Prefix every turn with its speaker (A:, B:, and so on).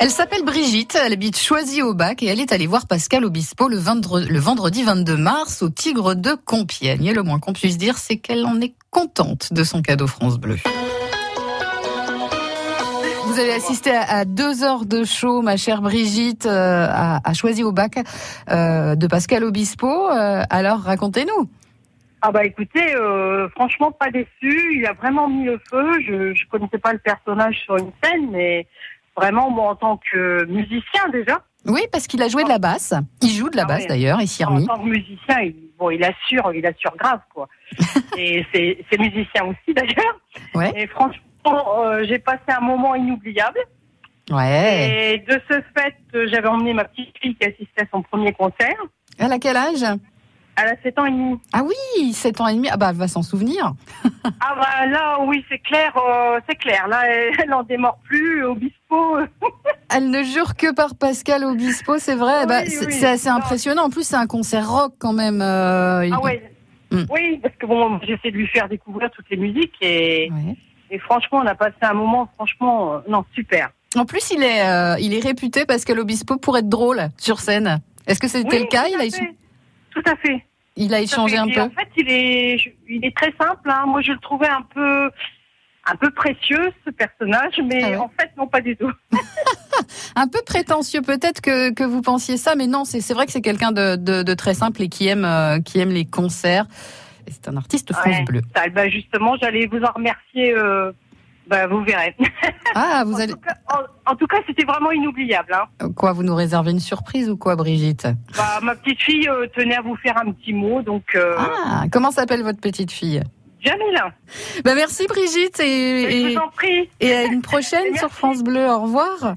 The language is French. A: Elle s'appelle Brigitte, elle habite Choisy au Bac et elle est allée voir Pascal Obispo le, vendre- le vendredi 22 mars au Tigre de Compiègne. Et le moins qu'on puisse dire, c'est qu'elle en est contente de son cadeau France Bleu. Vous avez assisté à, à deux heures de show, ma chère Brigitte, euh, à, à Choisy au Bac euh, de Pascal Obispo. Euh, alors racontez-nous.
B: Ah bah écoutez, euh, franchement pas déçu. Il a vraiment mis le feu. Je je connaissais pas le personnage sur une scène, mais vraiment moi en tant que musicien déjà,
A: Oui, parce qu'il a joué de la basse. Il joue de la
B: Ah
A: basse
B: oui.
A: d'ailleurs, il s'y est
B: en
A: remis.
B: tant que musicien, il, bon il assure, il assure grave quoi. Et c'est c'est musicien aussi d'ailleurs.
A: Ouais.
B: Et franchement, euh, j'ai passé un moment inoubliable.
A: Ouais.
B: Et de ce fait, euh, j'avais emmené ma petite fille qui assistait à son premier concert.
A: Elle a quel âge
B: Elle a 7 ans et demi.
A: Ah oui, 7 ans et demi. Ah bah, elle va s'en souvenir.
B: Ah bah là, oui, c'est clair, euh, c'est clair. Là, elle, elle en démord plus. Obispo, euh,
A: Elle ne jure que par Pascal Obispo, c'est vrai.
B: Oui,
A: Bah, c'est
B: oui.
A: c'est assez
B: Non.
A: impressionnant. En plus, c'est un concert rock quand même. euh, il-
B: Ah ouais.
A: Mm.
B: Oui, parce que bon, j'essaie de lui faire découvrir toutes les musiques et,
A: Ouais.
B: et franchement, on a passé un moment, franchement, euh, non, super.
A: En plus, il est, euh, il est réputé Pascal Obispo pour être drôle sur scène. Est-ce que c'était
B: Oui,
A: le cas
B: tout
A: il
B: à
A: a, éch-
B: fait. Tout à fait.
A: il a
B: Tout à
A: échangé
B: fait.
A: un
B: Et
A: peu.
B: En fait, il est, je- il est très simple. hein. Moi, je le trouvais un peu, un peu précieux ce personnage, mais
A: Ah ouais.
B: en fait, non, pas du tout.
A: Un peu prétentieux peut-être que, que vous pensiez ça, mais non, c'est c'est vrai que c'est quelqu'un de, de- de très simple et qui aime, euh, qui aime les concerts. Et C'est un artiste France
B: Ouais.
A: Bleu.
B: Ah, bah, justement, j'allais vous en remercier. euh, bah, vous verrez.
A: Ah, vous
B: en,
A: allez
B: tout cas, en- en tout cas, c'était vraiment inoubliable. hein.
A: quoi Vous nous réservez une surprise ou quoi, Brigitte
B: Bah, ma petite fille euh, tenait à vous faire un petit mot, donc euh,
A: Ah, comment s'appelle votre petite fille
B: Jamila,
A: Bah merci Brigitte et,
B: je
A: et-
B: vous en prie.
A: et à une prochaine
B: Merci.
A: sur France Bleu. Au revoir.